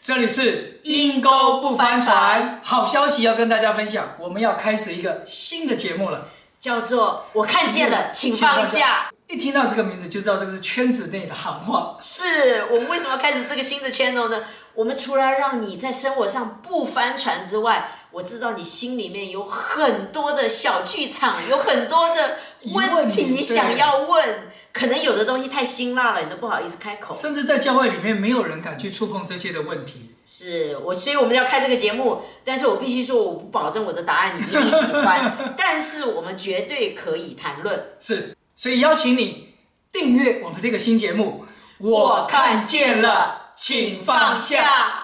这里是阴沟不翻船，好消息要跟大家分享，我们要开始一个新的节目了。叫做我看见了，嗯请请放放下下。一听到这个名字就知道这个是圈子内的行话。是我们为什么要开始这个新的 channel 呢？我们除了让你在生活上不翻船之外，我知道你心里面有很多的小剧场，有很多的问疑问题对想要问，可能有的东西太辛辣了，你都不好意思开口。甚至在教会里面，没有人敢去触碰这些的问题。是我，所以我们要开这个节目，但是我必须说，我不保证我的答案你一定喜 欢，但是我们绝对可以谈论。是，所以邀请你订阅我们这个新节目。我看见了，请放下。